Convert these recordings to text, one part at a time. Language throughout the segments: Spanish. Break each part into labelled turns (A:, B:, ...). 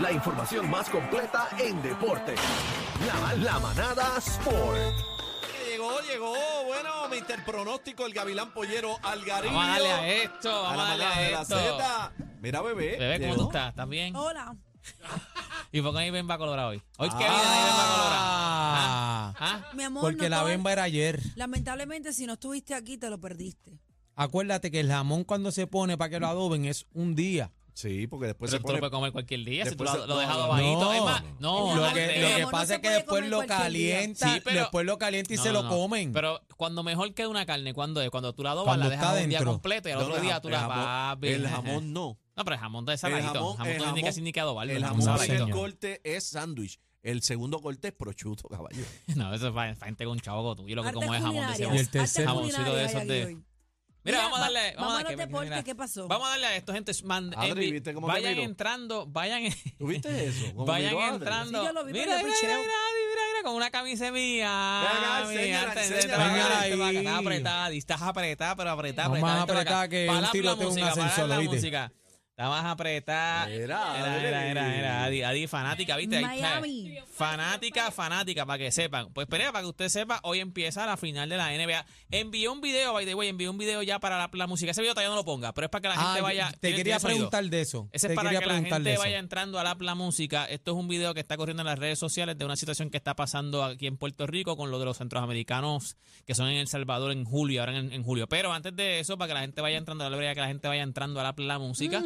A: La información más completa en deporte. La, la manada Sport.
B: Llegó, llegó. Bueno, Mr. Pronóstico, el Gavilán Pollero, Algarillo.
C: Vamos a darle a esto,
B: a la
C: vamos a darle
B: manada de
C: a
B: la
C: esto.
B: Z. Mira, bebé.
C: Bebé, ¿cómo tú
B: llegó.
C: estás? ¿Estás bien?
B: Oh.
D: Hola.
C: ¿Y por qué ahí ven va colorado hoy? Hoy qué bien ahí ven va colorado.
E: Ah,
C: ¿Ah?
D: Mi amor,
E: porque
D: no
E: la
D: todo-
E: bemba era ayer.
D: Lamentablemente, si no estuviste aquí, te lo perdiste.
E: Acuérdate que el jamón cuando se pone para que lo adoben es un día.
B: Sí, porque después
C: Pero
B: se
C: tú lo
B: pone.
C: puedes comer cualquier día, si tú
B: Después
C: lo,
B: se-
C: lo dejas
B: no,
C: adobadito.
E: no.
C: es más, no,
E: lo
C: al
E: que,
C: revés.
E: lo que
D: no
E: pasa
D: se
E: es que
D: puede
E: después
D: comer
E: lo
D: cualquier día.
E: calienta,
C: Sí, pero-
E: después lo calienta y
C: No,
E: se
C: no,
E: lo
C: no.
E: comen.
C: Pero cuando mejor queda una carne, ¿cuándo es? Cuando tú la adobas,
E: Cuando
C: la dejas
E: está
C: un día
E: dentro.
C: completo y al
B: No,
C: otro
B: el
C: día
B: jamón-
C: tú la
B: el jamón-
C: papi.
B: El jamón no.
C: No, pero el jamón está
B: El
C: saladito. El jamón,
B: jamón- el
C: tú no tienes
B: jamón-
C: casi ni que adobarlo.
B: El
C: es
B: jamón,
E: jamón
C: saladito.
B: primer
E: señor.
B: corte es sándwich. El segundo corte es prochuto, caballo.
C: No, eso es para para gente con chavo tú. Y lo que
D: Artes
C: como es jamón.
D: culinarias,
C: decimos.
E: Y el
D: artes
E: tercer-
C: Jamoncito de
D: culinarias
C: esos
D: hay
C: de-
D: aquí hoy.
C: Mira,
D: Mira,
C: vamos a
D: va-
C: darle.
D: vamos
C: a
D: a los
C: que-
D: deportes,
C: mira.
D: ¿qué pasó?
C: Vamos a darle a esto, gente. man-
B: Adri,
C: envi-
B: ¿viste cómo te
C: vayan
B: miró?
C: entrando, vayan,
B: ¿Tuviste eso? Como
C: vayan
B: miró Adri.
C: entrando.
D: Sí, yo lo vi,
C: mira,
D: pero
C: mira,
D: yo
C: mira,
D: picheo.
C: mira, Adri, mira, mira, con una camisa mía.
B: Venga,
C: mía,
B: enséñala,
C: antes de-
B: enséñala.
C: venga,
E: Venga
C: vente
E: ahí.
C: para acá, Está apretada, estás apretada, pero apretada,
E: No
C: apretada.
E: más
C: vente para acá.
E: apretada que
C: Para
E: un
C: la
E: tiroteo en un
C: música, para
E: ascensor,
C: la
E: ¿oíste?
C: música. Está más apretada.
B: Mira,
C: Era,
B: Adri.
C: era, era, era. Adi, Adi, fanática, ¿viste? Ahí está.
D: Miami.
C: Fanática, fanática, para que sepan. Pues espera, para que usted sepa, hoy empieza la final de la NBA. Envié un video, by the way, envié un video ya para la, la música. Ese video todavía no lo ponga, pero es para que la gente
E: Ah,
C: vaya.
E: te
C: tiene-
E: quería
C: tiene sonido.
E: preguntar de eso.
C: Ese
E: te
C: es para
E: quería
C: que la
E: preguntar
C: gente
E: de eso.
C: vaya entrando a la la música. Esto es un video que está corriendo en las redes sociales de una situación que está pasando aquí en Puerto Rico con lo de los centroamericanos que son en El Salvador en julio, ahora en, en julio. Pero antes de eso, para que la gente vaya entrando a la brecha, que la gente vaya entrando a la, la música.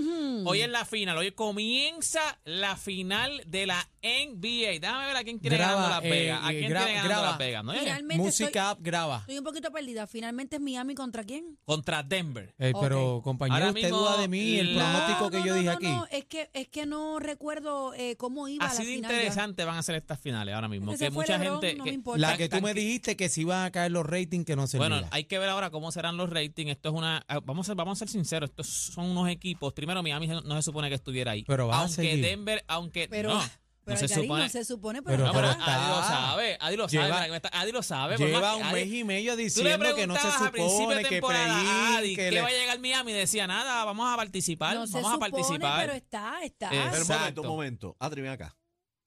C: Hoy es la final, hoy comienza la final de la NBA. Déjame ver a quién tiene
E: Graba,
C: ganando Las
E: eh,
C: Vegas. a
E: eh,
C: quién
E: gra-
C: tiene ganando
E: graba.
C: Las Vegas, ¿no? Eh,
D: Finalmente
E: Música
D: estoy,
E: app graba.
D: estoy un poquito perdida. Finalmente es Miami contra quién?
C: Contra Denver.
E: Eh, pero compañero,
C: Ahora
E: usted
C: mismo,
E: duda de mí, el
C: la-
E: pronóstico que
D: No,
E: yo
D: no,
E: dije
D: no,
E: aquí.
D: no, es que es que no recuerdo eh, cómo iba
C: Así
D: la
C: de
D: final.
C: interesante van a ser estas finales ahora mismo.
D: Ese
C: Que
D: fue
C: mucha
D: LeBron,
C: gente.
D: no
C: que-
D: me importa.
E: La que tú
C: Tan-
E: me dijiste que si iban a caer los ratings que no se
C: Bueno,
E: mira.
C: hay que ver ahora cómo serán los ratings. Esto es una. ah, Vamos a ser, vamos a ser sinceros. Estos son unos equipos. Primero, Miami se- no se supone que estuviera ahí.
E: Pero va a
C: aunque
E: seguir.
C: Denver, aunque.
D: Pero,
C: no,
D: pero
C: no se
D: Algarín,
C: supone.
D: no se supone,
E: Pero-
C: No, pero
E: Pero
C: Adi lo
E: está.
C: sabe. Adi lo sabe.
E: Lleva-
C: mira que me está- Adi lo sabe. por más
E: Lleva
C: que
E: un
C: Adi-
E: mes y medio
C: Tú le
E: diciendo que no se
C: preguntabas a principio
E: supone
C: de
E: que
C: temporada a Adi
E: preí,
C: que,
E: que le-
C: va a llegar Miami. Decía nada, vamos a participar.
D: no se
C: vamos a
D: supone,
C: participar.
D: pero está, está.
C: Eh,
B: Pero un
C: Exacto.
B: momento, un momento. Adri, ven acá.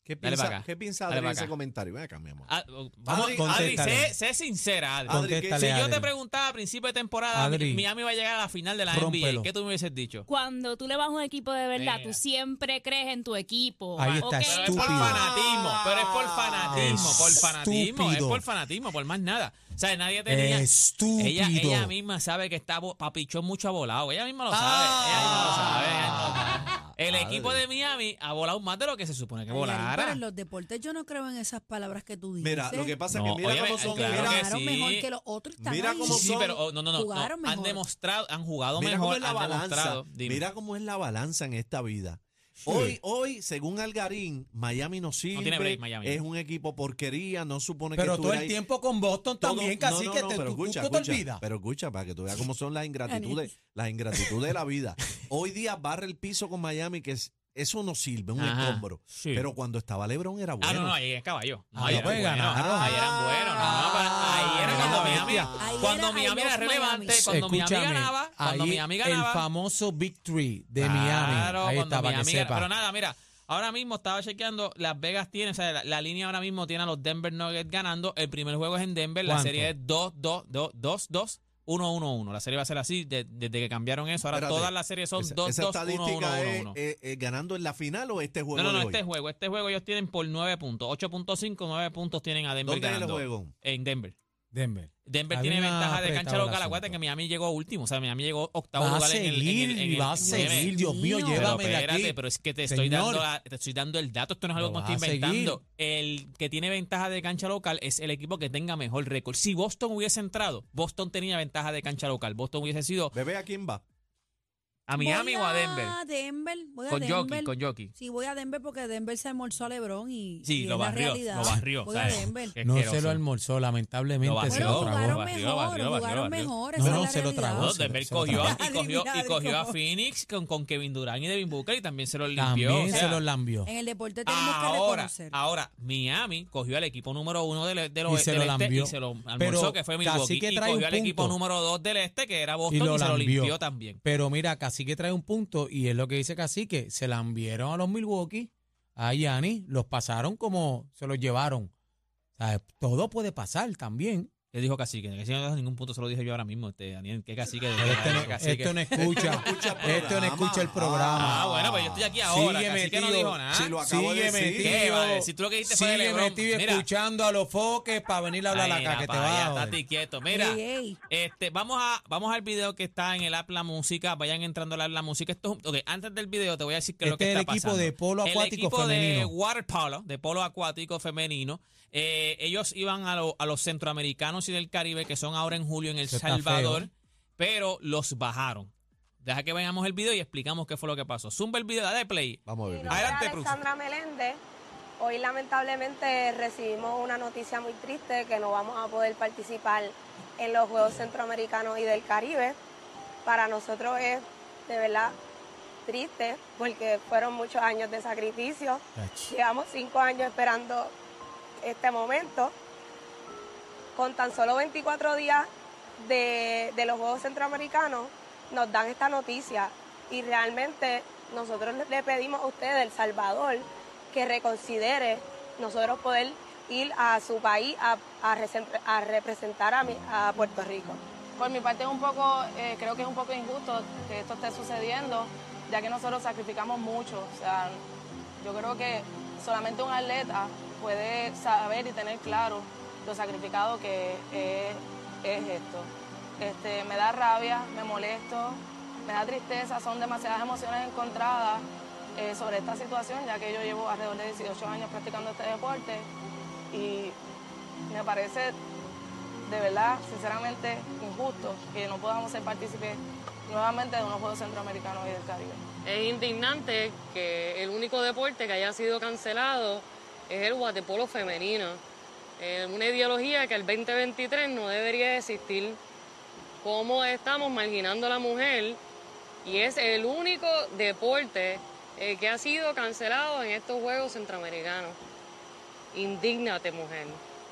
B: ¿Qué
C: Dale
B: piensa,
C: para acá.
B: ¿qué piensa
C: Dale
B: Adri
C: para
B: en ese
C: acá.
B: comentario? Ven acá, mi amor.
C: Ah, vamos,
B: Adri,
C: Adri, sé,
E: contéstale.
C: sé sincera, Adri.
B: Adri, ¿qué-
E: Contéstale,
C: Si yo
E: Adri.
C: te preguntaba a principio de temporada,
E: Adri,
C: Miami va a llegar a la final de la NBA,
E: rómpelo.
C: ¿qué tú me hubieses dicho?
F: cuando tú le vas a un equipo de verdad,
C: Mira.
F: tú siempre crees en tu equipo.
E: Ahí está,
F: ¿ok?
C: Pero es por
E: Estúpido.
C: fanatismo, pero es por fanatismo, por fanatismo, es
E: Estúpido.
C: por fanatismo, por más nada. O sea, nadie tenía.
E: Estúpido.
C: Ella, ella misma sabe que está bo- papichón mucho ha volado. Ella misma lo sabe. ella
E: Ah.
C: misma lo sabe, ella misma lo sabe. El
B: Madre.
C: equipo de Miami ha volado más de lo que se supone que
D: Algarín, pero
C: volara.
D: en los deportes yo no creo en esas palabras que tú dices.
B: Mira, lo que pasa es
C: No,
B: que mira
C: oye,
B: cómo
C: ve-
B: son.
C: claro
B: mira,
C: que
D: Claro,
C: sí.
D: mejor que los otros están
B: Mira
D: ahí.
B: cómo
C: sí,
B: son-
C: pero oh, no, no, no,
D: Jugaron
C: no. Han
D: mejor.
C: demostrado, han jugado
B: Mira cómo
C: mejor,
B: es la
C: han
B: balanza.
C: demostrado. Dime.
B: Mira cómo es la balanza en esta vida. Hoy, hoy, según Algarín, Miami no sirve.
C: tiene break, Miami.
B: Es un equipo porquería, no supone que
E: Pero todo
B: estuviera
E: el
B: ahí.
E: tiempo con Boston
B: Todo-
E: también,
B: no,
E: casi
B: no,
E: que
B: no,
E: te,
B: pero
E: tú- tú-
B: escucha,
E: tú te
B: escucha,
E: olvidas.
B: Pero escucha, para que tú veas cómo son las ingratitudes, las ingratitudes de la vida. Hoy día barre el piso con Miami, que es, eso no sirve, un
C: Ajá,
B: escombro.
C: sí.
B: Pero cuando estaba LeBron era bueno.
C: Ah, no, no, ahí es caballo. No,
E: Ah,
C: ahí
E: no,
C: eran
E: pues,
C: buenos.
E: ganaron.
C: Ahí eran buenos. No, no, para- ahí era cuando
E: Ah,
C: Miami,
E: bestia.
C: cuando
D: Ahí era
C: Miami
D: I
C: era
D: love
C: relevante,
D: Miami.
C: Este, cuando
E: Escúchame,
C: Miami ganaba, cuando
E: ahí
C: Miami ganaba.
E: El famoso Big Three de
C: Claro,
E: Miami. Ahí
C: cuando
E: está, para que
C: Miami gana.
E: sepa.
C: Pero nada, mira, ahora mismo estaba chequeando, Las Vegas tiene, o sea, la, la línea ahora mismo tiene a los Denver Nuggets ganando. El primer juego es en Denver, la
E: ¿Cuánto?
C: serie es 2-2-2-2-2. 1-1-1. La serie va a ser así de- desde que cambiaron eso. Ahora
B: Espérate.
C: todas las series son
B: Esa-
C: 2-2-1-1-1.
B: esa estadística es,
C: 1-1.
B: eh, eh, ganando en la final o este juego
C: No, no,
B: de
C: no,
B: hoy?
C: este juego, este juego ellos tienen por 9 puntos. 8.5, 9 puntos tienen a Denver
B: ¿Dónde es el
C: ganando.
B: juego?
C: En Denver.
E: Denver.
C: Denver
E: Había
C: tiene
E: una
C: ventaja de
E: apretado
C: cancha
E: el
C: local.
E: asunto.
C: Acuérdate que Miami llegó último. O sea, Miami llegó octavo
E: Va a
C: lugar en el- en el- en el.
E: seguir, va a
C: en el-
E: seguir. Dios mío,
D: Pero
C: pero
E: llévame de
C: espérate,
E: aquí.
C: pero es que te estoy,
E: Señor.
C: dando la- te estoy dando el dato, esto no es algo
E: Lo
C: que me
E: vas
C: estoy
E: a seguir.
C: inventando. El que tiene ventaja de cancha local es el equipo que tenga mejor récord. Si Boston hubiese entrado, Boston tenía ventaja de cancha local. Boston hubiese sido
B: Bebé, ¿a quién va?
C: a Miami
D: Voy
C: o a Denver.
D: A Denver, voy a
C: Con
D: Denver.
C: Jockey, con Jockey.
D: Sí, voy a Denver porque Denver se almorzó a LeBron y,
C: Sí,
D: y
C: lo
D: es la
C: barrió,
D: realidad.
C: lo barrió.
D: Voy a
C: ¿sabes?
D: Denver.
C: Qué
E: No se
C: asqueroso.
E: lo almorzó,
C: Lo
E: lamentablemente.
C: vació,
E: se
D: Bueno,
C: lo
E: lo tragó.
D: jugaron
C: barrió,
D: mejor,
C: barrió,
D: jugaron
C: barrió.
D: mejor.
E: No,
D: esa es
E: no,
D: la
E: se lo
D: realidad.
E: tragó.
C: No,
E: se lo-
C: Denver
E: se lo
C: cogió,
D: tragó.
C: y cogió, y
D: Adivina,
C: cogió a
D: cómo.
C: Phoenix con, con Kevin Durant y Devin Booker y también se los limpió.
E: También
C: o
E: se
C: sea,
E: lo lambió.
D: En el deporte tenemos que
C: Ahora, ah,
D: reconocer.
C: ahora, Miami cogió al equipo número uno del, del
E: Y
C: oeste
E: se lo
C: del este
E: lambió.
C: y se lo almorzó,
E: Pero
C: que fue
E: Cacique
C: Milwaukee. Y
E: trae un
C: cogió al equipo
E: punto.
C: número dos del este, que era Boston, y,
E: Y lo
C: se lo
E: lambió.
C: limpió también.
E: Pero mira, Cacique trae un punto y es lo que dice Cacique. Se lambieron a los Milwaukee a Giannis, los pasaron como se los llevaron. ¿Sabes? Todo puede pasar también.
C: ¿Qué dijo Cacique? Cacique no dijo ningún punto, se lo dije yo ahora mismo. Este, Daniel, ¿qué Cacique? de verdad
E: Este no,
C: eso? Cacique.
E: este no escucha, este no escucha el programa.
C: Ah, bueno, pues yo estoy aquí ahora.
E: Sigue
C: Cacique no
E: metido.
C: dijo nada.
B: Sí, lo acabo de
E: Sigue
B: decir.
E: metido.
C: ¿Qué va a decir? Tú lo que dijiste fue de
E: Sigue
C: Lebron.
E: metido
C: Mira.
E: escuchando a los foques para venir a hablar
C: Ay,
E: acá
C: la
E: que te
C: paya,
E: va. a joder.
C: estate quieto. Mira,
D: Ey, ey.
C: este, vamos, a, vamos al video que está en el app La Música. Vayan entrando al app La Música. Esto, es un- ok, antes del video te voy a decir qué es lo
E: Este
C: que
E: es el
C: está
E: equipo
C: pasando.
E: de polo
C: El
E: acuático
C: equipo de
E: femenino.
C: water polo, de polo acuático femenino. Eh, ellos iban a, lo- a los centroamericanos y del Caribe, que son ahora en julio en El
E: Eso está
C: Salvador,
E: feo.
C: pero los bajaron. Deja que veamos el video y explicamos qué fue lo que pasó. Zumba el video, dale play.
B: Vamos a
G: Mi
B: ver.
G: nombre
C: Adelante,
G: es Alexandra Meléndez. Hoy lamentablemente recibimos una noticia muy triste que no vamos a poder participar en los Juegos Centroamericanos y del Caribe. Para nosotros es de verdad triste porque fueron muchos años de sacrificio. Llevamos cinco años esperando este momento. Con tan solo 24 días de, de los Juegos Centroamericanos nos dan esta noticia y realmente nosotros le pedimos a ustedes, El Salvador, que reconsidere nosotros poder ir a su país a, a resen- a representar a mi- a Puerto Rico.
H: Por mi parte es un poco, eh, creo que es un poco injusto que esto esté sucediendo, ya que nosotros sacrificamos mucho. O sea, yo creo que solamente un atleta puede saber y tener claro lo sacrificado que es, es esto. Este, me da rabia, me molesto, me da tristeza, son demasiadas emociones encontradas eh, sobre esta situación, ya que yo llevo alrededor de 18 años practicando este deporte y me parece de verdad, sinceramente, injusto que no podamos ser partícipes nuevamente de unos Juegos Centroamericanos y del Caribe.
I: Es indignante que el único deporte que haya sido cancelado es el waterpolo femenino. Eh, una ideología que el 2023 no debería existir. Cómo estamos marginando a la mujer y es el único deporte eh, que ha sido cancelado en estos Juegos Centroamericanos. Indígnate, mujer,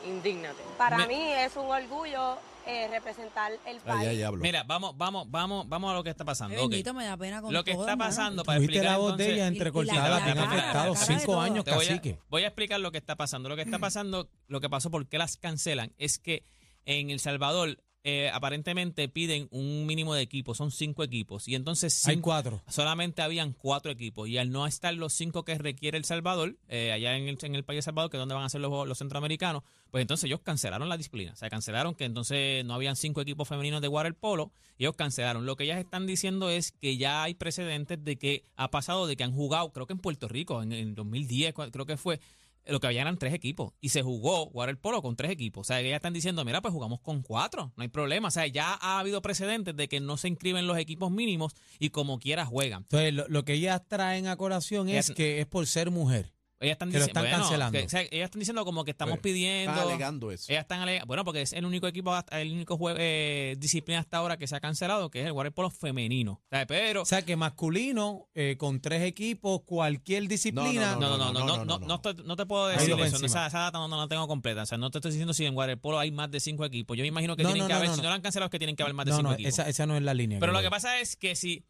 I: indígnate.
G: Para
C: Me-
G: mí es un orgullo eh, representar el país.
B: Ay, ay, hablo.
C: Mira, vamos, vamos, vamos, vamos a lo que está pasando.
D: Qué
C: Ok.
D: bendito, me da pena con
C: Lo que
D: todo,
C: está
D: hermano.
C: pasando para
E: Tuviste
C: explicar
E: la voz de
C: entonces-
E: ella
D: Y- y la-
E: entrecortada,
C: la
E: bien
C: cara,
E: afectado,
C: la cara
D: de
E: cinco
D: todo.
E: años
C: Te voy,
E: cacique.
C: a, voy a explicar lo que está pasando. Lo que está pasando, lo que pasó, por qué las cancelan, es que en El Salvador eh, aparentemente piden un mínimo de equipos, son cinco equipos, y entonces
E: Hay
C: cinco-
E: cuatro.
C: solamente habían cuatro equipos, y al no estar los cinco que requiere El Salvador, eh, allá en el, en el país de Salvador, que es donde van a ser los, los centroamericanos, pues entonces ellos cancelaron la disciplina. O sea, cancelaron que entonces no habían cinco equipos femeninos de waterpolo, y ellos cancelaron. Lo que ellas están diciendo es que ya hay precedentes de que ha pasado, de que han jugado, creo que en Puerto Rico, en, en 2010, cua- creo que fue, lo que había eran tres equipos y se jugó jugar el polo con tres equipos. O sea, que ya están diciendo, mira, pues jugamos con cuatro, no hay problema. O sea, ya ha habido precedentes de que no se inscriben los equipos mínimos y como quiera juegan.
E: Entonces, lo, lo que ellas traen a colación es
C: Ellas-
E: que es por ser mujer.
C: Ellas están
E: Que lo
C: diciendo,
E: están
C: bueno,
E: cancelando.
C: que- o sea, ellas están diciendo como que estamos
B: Pues,
C: pidiendo.
B: Están alegando eso.
C: Ellas están ale- bueno, porque es el único equipo, hasta- el único jue- eh, disciplina hasta ahora que se ha cancelado, que es el waterpolo femenino. O sea, pero
E: O sea, que masculino, eh, con tres equipos, cualquier disciplina.
C: No, no, no, no, no, no,
B: no.
C: no estoy- no te puedo
E: Ahí
C: decir
E: lo
C: eso.
E: encima.
C: Esa, esa data no, no la tengo completa. O sea, no te estoy diciendo si en waterpolo hay más de cinco equipos. Yo me imagino que
E: No,
C: tienen
E: no,
C: que
E: no,
C: haber,
E: no,
C: si no
E: no.
C: lo han cancelado, es que tienen que haber más de
E: No,
C: cinco
E: no,
C: equipos.
E: esa, esa no es la línea.
C: Pero lo
E: voy.
C: que pasa es que si,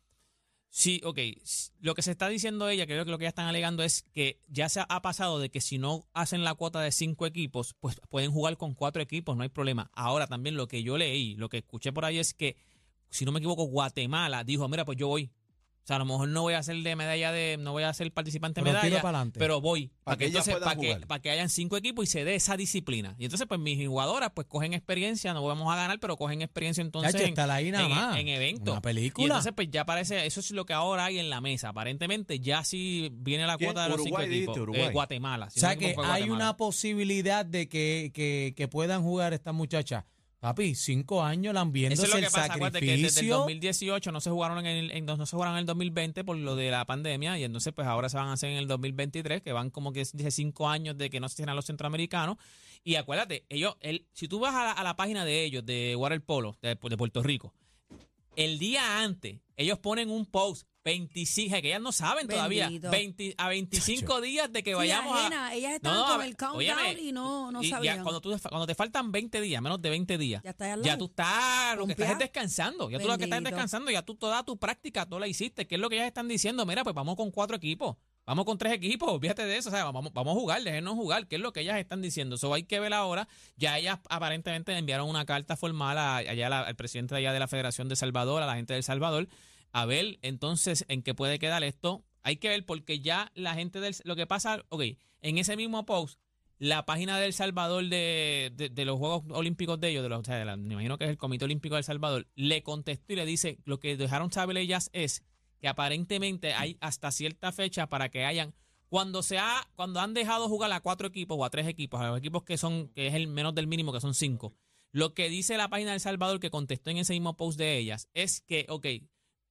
C: si, ok, s- lo que se está diciendo ella, creo que lo que ellas están alegando es que ya se ha- ha pasado de que si no hacen la cuota de cinco equipos, pues pueden jugar con cuatro equipos, no hay problema. Ahora también lo que yo leí, lo que escuché por ahí es que, si no me equivoco, Guatemala dijo, mira, pues yo voy. O sea, a lo mejor no voy a ser de medalla de, no voy a ser participante
E: Pero
C: medalla,
E: tiro pa'lante.
C: pero voy.
B: Pa'
C: Para que,
B: que ellas
C: entonces,
B: puedan
C: pa' que-
B: jugar.
C: pa' que hayan cinco equipos y se dé esa disciplina. Y entonces, pues mis jugadoras, pues cogen experiencia, no vamos a ganar, pero cogen experiencia entonces.
E: Chacho,
C: en-
E: está la ahí nada
C: en, e-
E: más.
C: en eventos.
E: Una película.
C: Y entonces, pues ya parece, eso es lo que ahora hay en la mesa. Aparentemente, ya sí viene la
B: ¿Quién?
C: cuota de los
B: Uruguay,
C: cinco equipos.
B: dijiste, Uruguay.
C: Eh, Guatemala.
E: O
C: Si no
E: sea,
C: me
E: que
C: equivoco,
E: hay
C: Guatemala.
E: una posibilidad de que, que, que puedan jugar estas muchachas. Papi, cinco años la viendo
C: Eso es lo
E: el
C: que pasa, acuérdate que desde el
E: sacrificio.
C: 2018 no se jugaron en el en- no se jugaron en el 2020 por lo de la pandemia y entonces pues ahora se van a hacer en el 2023 que van como que dice cinco años de que no se cierran los centroamericanos y acuérdate ellos el, si tú vas a la, a la página de ellos de Waterpolo de, de Puerto Rico el día antes ellos ponen un post 25 que ellas no saben todavía
D: Bendito.
C: 20 a 25 días de que
D: Sí,
C: vayamos a
D: ajena, ellas estaban
C: No, no,
D: con
C: a-
D: el countdown
C: óyeme,
D: y no, no
C: y ya
D: sabían.
C: cuando, tú, cuando te faltan 20 días menos de 20 días
D: ya está ahí al
C: ya
D: lado.
C: tú estás, lo que estás es
D: Pompeado.
C: descansando. Ya tú lo que estás es
D: Bendito.
C: descansando, ya tú toda tu práctica, tú la hiciste. ¿Qué es lo que ellas están diciendo? Mira, pues vamos con cuatro equipos.
E: Vamos con tres equipos, fíjate de eso, o sea, vamos, vamos a jugar, déjenos jugar, que es lo que ellas están diciendo. Eso hay que ver ahora. Ya ellas aparentemente enviaron una carta formal a- allá a la- al presidente de allá de la Federación de Salvador, a la gente de El Salvador, a ver entonces en qué puede quedar esto. Hay que ver porque ya la gente del... Lo que pasa, ok, en ese mismo post, la página del Salvador de, de- de los Juegos Olímpicos de ellos, de los, o sea, de la- me imagino que es el Comité Olímpico del Salvador, le contestó y le dice, lo que dejaron saber ellas es que aparentemente hay hasta cierta fecha para que hayan... Cuando, se ha, cuando han dejado jugar a cuatro equipos o a tres equipos, a los equipos que son que es el menos del mínimo, que son cinco, lo que dice la página del Salvador que contestó en ese mismo post de ellas es que, ok,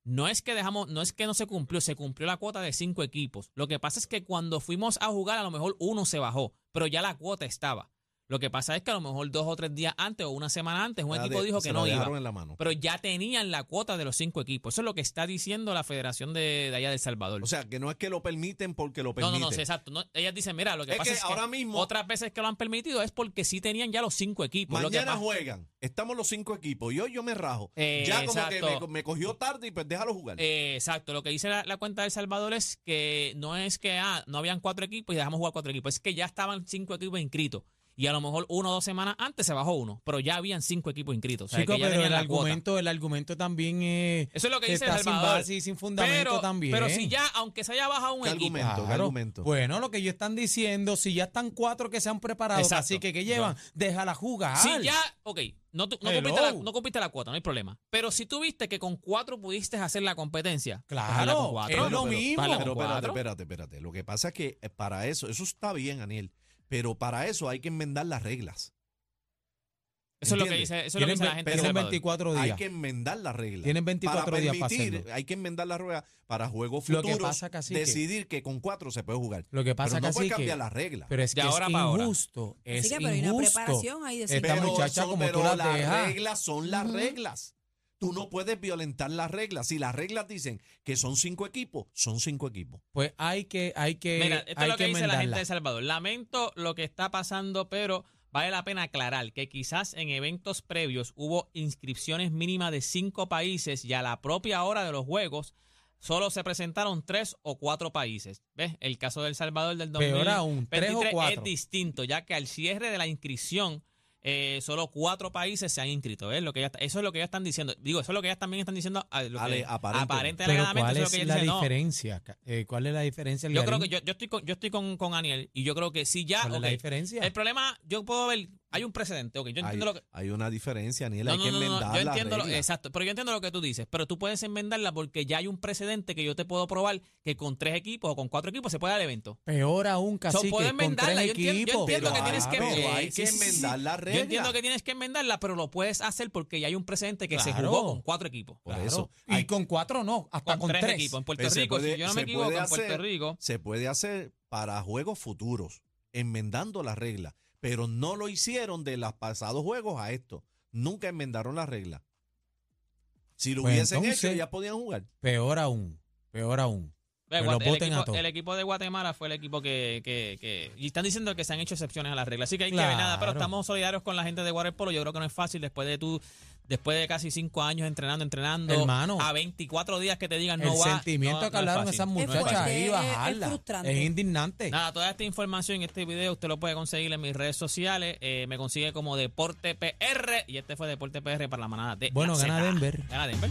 E: no es que dejamos, no es que no se cumplió, se cumplió la cuota de cinco equipos. Lo que pasa es que cuando fuimos a jugar, a lo mejor uno se bajó, pero ya la cuota estaba. Lo que pasa es que a lo mejor dos o tres días antes o una semana antes, un
B: La
E: equipo
B: Ah, de-
E: dijo
B: se
E: que
B: la
E: no iba.
B: dejaron en la mano.
E: Pero ya tenían la cuota de los cinco equipos. Eso es lo que está diciendo la Federación de, de allá del Salvador.
B: O sea, que no es que lo permiten porque lo
E: no,
B: permiten.
E: no, no, sí, exacto. No, ellas dicen, mira, lo que
B: Es
E: pasa
B: que
E: es
B: ahora
E: que
B: mismo-
E: otras veces que lo han permitido es porque sí tenían ya los cinco equipos. Lo que
B: Mañana
E: pasa-
B: juegan. Estamos los cinco equipos y hoy yo me rajo.
E: Eh,
B: ya como que
E: exacto.
B: me, me cogió tarde y pues déjalo jugar.
E: Eh, exacto, lo que dice la, la cuenta del Salvador es que no es que ah, no habían cuatro equipos y dejamos jugar cuatro equipos, es que ya estaban cinco equipos inscritos. Y a lo mejor uno o dos semanas antes se bajó uno, pero ya habían cinco equipos inscritos. o sea,
C: Chico,
E: que ya
C: pero el
E: tenían la cuota.
C: argumento, el argumento también es.
E: Eso es lo que dice El
C: está sin
E: Salvador.
C: base y sin fundamento
E: Pero,
C: también.
E: pero si ya, aunque se haya bajado un
B: ¿Qué
E: equipo,
B: argumento? ¿Qué argumento?
C: Bueno, lo que ellos están diciendo, si ya están cuatro que se han preparado,
E: Exacto.
C: así que que llevan, déjala jugar.
E: Si ya, ok, no, tu- no
C: Hello.
E: cumpliste la, no cumpliste la cuota, no hay problema. Pero si tuviste que con cuatro pudiste hacer la competencia. pues hazla con
C: Claro,
E: cuatro.
C: es
B: Bueno,
C: lo
B: pero-
C: mismo.
E: Vale,
B: Pero espérate,
E: cuatro.
B: espérate, espérate. Lo que pasa es que eh, para eso, eso está bien, Aniel, pero para eso hay que enmendar las reglas.
E: Eso es lo que
B: ¿Entiendes?
E: dice, eso es lo que
C: Tienen,
E: dice la
C: ve-
E: gente. de
C: tienen
E: Salvador.
C: 24
B: Hay
C: días.
B: que enmendar las reglas.
C: Tienen 24
B: para
C: días para
B: permitir,
C: hacerlo.
B: Hay que enmendar las reglas para juegos
C: Lo
B: futuros.
C: que pasa, cacique-
B: decidir que con cuatro se puede jugar.
C: Lo que pasa,
B: pero no puede
C: cacique-
B: cambiar las reglas.
C: Pero es
E: De
C: que
E: ahora
C: es
E: pa' ahora.
C: injusto. Es
D: Así que, pero hay una
C: injusto.
D: preparación ahí de
C: Esta
D: cinco
C: muchacha-
D: meses.
C: como
B: pero
C: tú las
B: las
C: dejas.
B: reglas son las reglas. Tú no puedes violentar las reglas. Si las reglas dicen que son cinco equipos, son cinco equipos.
C: Pues hay que, hay que,
E: Mira, esto
C: eh, hay
E: es lo que, dice la gente
C: enmendarla.
E: de Salvador. Lamento lo que está pasando, pero vale la pena aclarar que quizás en eventos previos hubo inscripciones mínimas de cinco países y a la propia hora de los juegos solo se presentaron tres o cuatro países. ¿Ves? El caso del Salvador del
C: Peor
E: 2023
C: aún, tres o
E: es
C: cuatro.
E: distinto, ya que al cierre de la inscripción eh, solo cuatro países se han inscrito. ¿Ves? Lo que ya está- eso es lo que ellos están diciendo. Digo, eso es lo que ellos también están diciendo. ah, lo que-
B: Ale- aparentemente.
E: aparente
C: Pero
E: alegadamente,
C: ¿cuál
E: eso es lo que
C: es
E: ellos
C: la
E: dicen, no.
C: diferencia? Ca- eh, ¿Cuál es la diferencia?
E: Yo creo
C: Ligarín?
E: que yo, yo estoy con, yo estoy con, con Aniel y yo creo que si ya
C: ¿Cuál es la
E: ok,
C: diferencia?
E: el problema yo puedo ver hay un precedente, ok, yo
B: Hay,
E: entiendo lo que
B: hay una diferencia, Aniel.
E: no,
B: hay
E: no,
B: que
E: no, no,
B: enmendar
E: yo
B: las
E: entiendo lo-
B: reglas.
E: exacto, pero yo entiendo lo que tú dices, pero tú puedes enmendarla porque ya hay un precedente que yo te puedo probar que con tres equipos o con cuatro equipos se puede dar el evento.
C: Peor aún,
E: So,
C: casi
E: puedo
C: que con
E: enmendarla,
C: tres
E: yo entiendo- yo
C: equipos.
E: entiendo que tienes que-
C: Claro.
B: Pero hay
E: eh,
B: que
E: sí, sí, sí.
B: enmendar las reglas.
E: Yo entiendo que tienes que enmendarla, pero lo puedes hacer porque ya hay un precedente que se
C: Claro.
E: jugó con cuatro equipos.
B: Por
C: Claro.
B: eso.
C: Y
B: Hay-
C: con cuatro no, hasta
E: Con,
C: con,
E: tres,
C: tres.
E: equipos en Puerto
B: Pero se
E: Rico,
B: puede-
E: si yo no
B: se
E: me equivoco,
B: puede
E: en Puerto
B: hacer-
E: Rico.
B: se puede hacer para juegos futuros, enmendando las reglas, pero no lo hicieron de los pasados juegos a esto. Nunca enmendaron las reglas. Si lo
C: Pues
B: hubiesen hecho,
C: entonces-
B: ya podían jugar.
C: Peor aún, peor aún.
E: Ve,
C: Que
E: Guate-
C: los
E: el,
C: voten a
E: equipo,
C: todos.
E: el equipo de Guatemala fue el equipo que, que- que- Y están diciendo que se han hecho excepciones a las reglas. Así que hay que ver nada, pero
C: Claro.
E: estamos solidarios con la gente de Waterpolo. Yo creo que no es fácil después de tú, después de casi cinco años entrenando, entrenando.
C: Hermano.
E: a 24 días que te digan no
C: el
E: va.
C: sentimiento que
E: no- no es
C: hablaron
E: fácil.
C: esas
E: No es
C: muchachas
E: fácil.
C: ahí,
D: es- es
C: bajarla.
D: frustrante.
C: indignante.
E: Nada, toda esta información y este video usted lo puede conseguir en mis redes sociales. Eh, me consigue como Deporte PR. Y este fue Deporte PR para la manada de.
C: Bueno,
E: la
C: gana
E: Zeta.
C: Denver.
E: Gana Denver.